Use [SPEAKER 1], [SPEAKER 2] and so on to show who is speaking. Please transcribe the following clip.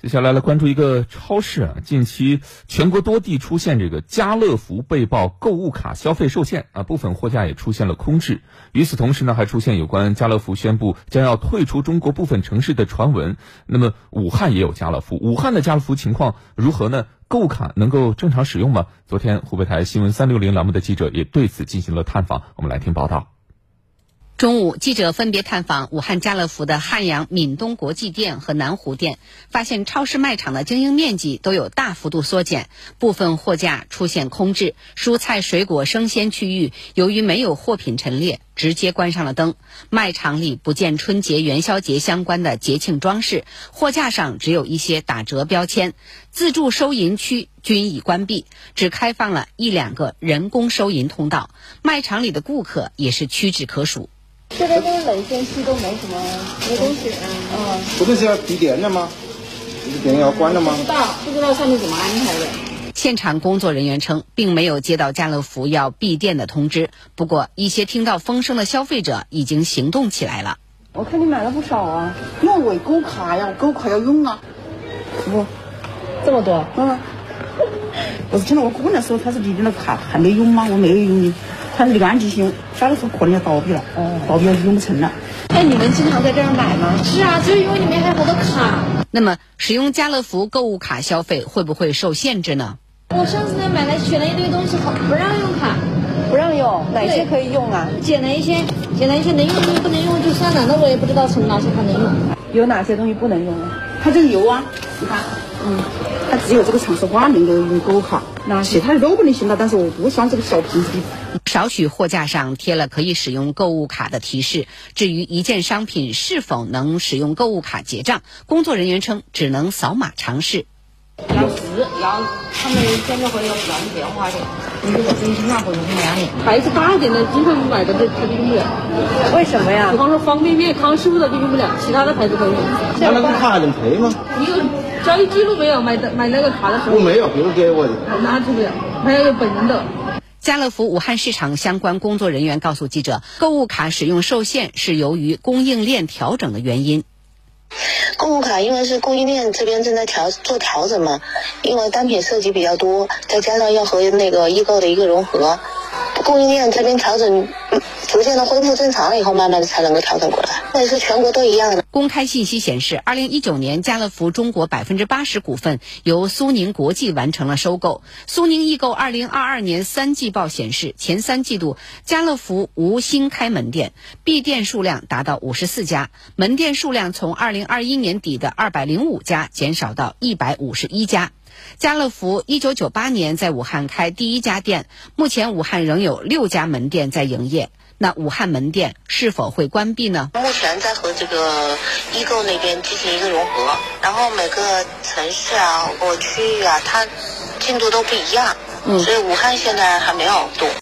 [SPEAKER 1] 接下来来关注一个超市啊，近期全国多地出现这个家乐福被曝购物卡消费受限啊，部分货架也出现了空置。与此同时呢，还出现有关家乐福宣布将要退出中国部分城市的传闻。那么武汉也有家乐福，武汉的家乐福情况如何呢？购物卡能够正常使用吗？昨天湖北台新闻三六零栏目的记者也对此进行了探访，我们来听报道。
[SPEAKER 2] 中午，记者分别探访武汉家乐福的汉阳闽东国际店和南湖店，发现超市卖场的经营面积都有大幅度缩减，部分货架出现空置，蔬菜、水果、生鲜区域由于没有货品陈列，直接关上了灯。卖场里不见春节、元宵节相关的节庆装饰，货架上只有一些打折标签。自助收银区均已关闭，只开放了一两个人工收银通道，卖场里的顾客也是屈指可数。
[SPEAKER 3] 这边跟冷天气都没什么没东西，嗯，
[SPEAKER 4] 不是要几点的吗？不是点要关的吗？
[SPEAKER 3] 不知道不知道上面怎么安排的。
[SPEAKER 2] 现场工作人员称，并没有接到家乐福要闭店的通知，不过一些听到风声的消费者已经行动起来了。
[SPEAKER 3] 我看你买了不少啊，
[SPEAKER 5] 用我购卡呀，我购卡要用啊。
[SPEAKER 3] 不，这么多？
[SPEAKER 5] 嗯。我是听到我姑娘说，她是你的那个卡还没用吗？我没有用，她是两万几千，家乐福可能要倒闭了，
[SPEAKER 3] 哦
[SPEAKER 5] 倒闭了用不成了。
[SPEAKER 3] 哎，你们经常在这儿买吗？
[SPEAKER 6] 是啊，就是因为里面还有好多卡。
[SPEAKER 2] 那么，使用家乐福购物卡消费会不会受限制呢？
[SPEAKER 6] 我上次那买了选了一堆东西，好不让用卡，
[SPEAKER 3] 不让用，哪些可以用啊？
[SPEAKER 6] 捡了一些，捡了一些能用的不能用就算了，那我也不知道从哪些它能用。
[SPEAKER 3] 有哪些东西不能用啊？
[SPEAKER 5] 它这个油啊，你看，嗯。它只有这个长寿瓜能够用购物卡，那其他的都不能行了。但是我不喜欢这个小瓶子。
[SPEAKER 2] 少许货架上贴了可以使用购物卡的提示。至于一件商品是否能使用购物卡结账，工作人员称只能扫码尝试。
[SPEAKER 7] 要十，然后他们现在会有两点花的，你如果真心那会容易两点。
[SPEAKER 8] 孩子大一点的，经常买的这他就用不了。
[SPEAKER 3] 为什么呀？
[SPEAKER 8] 比方说方便面、康师傅的就用不了，其他的牌子可以用。
[SPEAKER 4] 那那个卡能赔吗？
[SPEAKER 8] 你有交易记录没有？买的买那个卡的时候？
[SPEAKER 4] 我没有，别人给我的。
[SPEAKER 8] 拿出不了，还要有本人的。
[SPEAKER 2] 家乐福武汉市场相关工作人员告诉记者，购物卡使用受限是由于供应链调整的原因。
[SPEAKER 9] 购物卡因为是供应链这边正在调做调整嘛，因为单品涉及比较多，再加上要和那个易购的一个融合，供应链这边调整，逐渐的恢复正常了以后，慢慢的才能够调整过来。这也是全国都一样的。
[SPEAKER 2] 公开信息显示，二零一九年家乐福中国百分之八十股份由苏宁国际完成了收购。苏宁易购二零二二年三季报显示，前三季度家乐福无新开门店，闭店数量达到五十四家，门店数量从二零二一年。年底的二百零五家减少到一百五十一家。家乐福一九九八年在武汉开第一家店，目前武汉仍有六家门店在营业。那武汉门店是否会关闭呢？
[SPEAKER 9] 目前在和这个易购那边进行一个融合，然后每个城市啊或区域啊，它进度都不一样，嗯、所以武汉现在还没有动。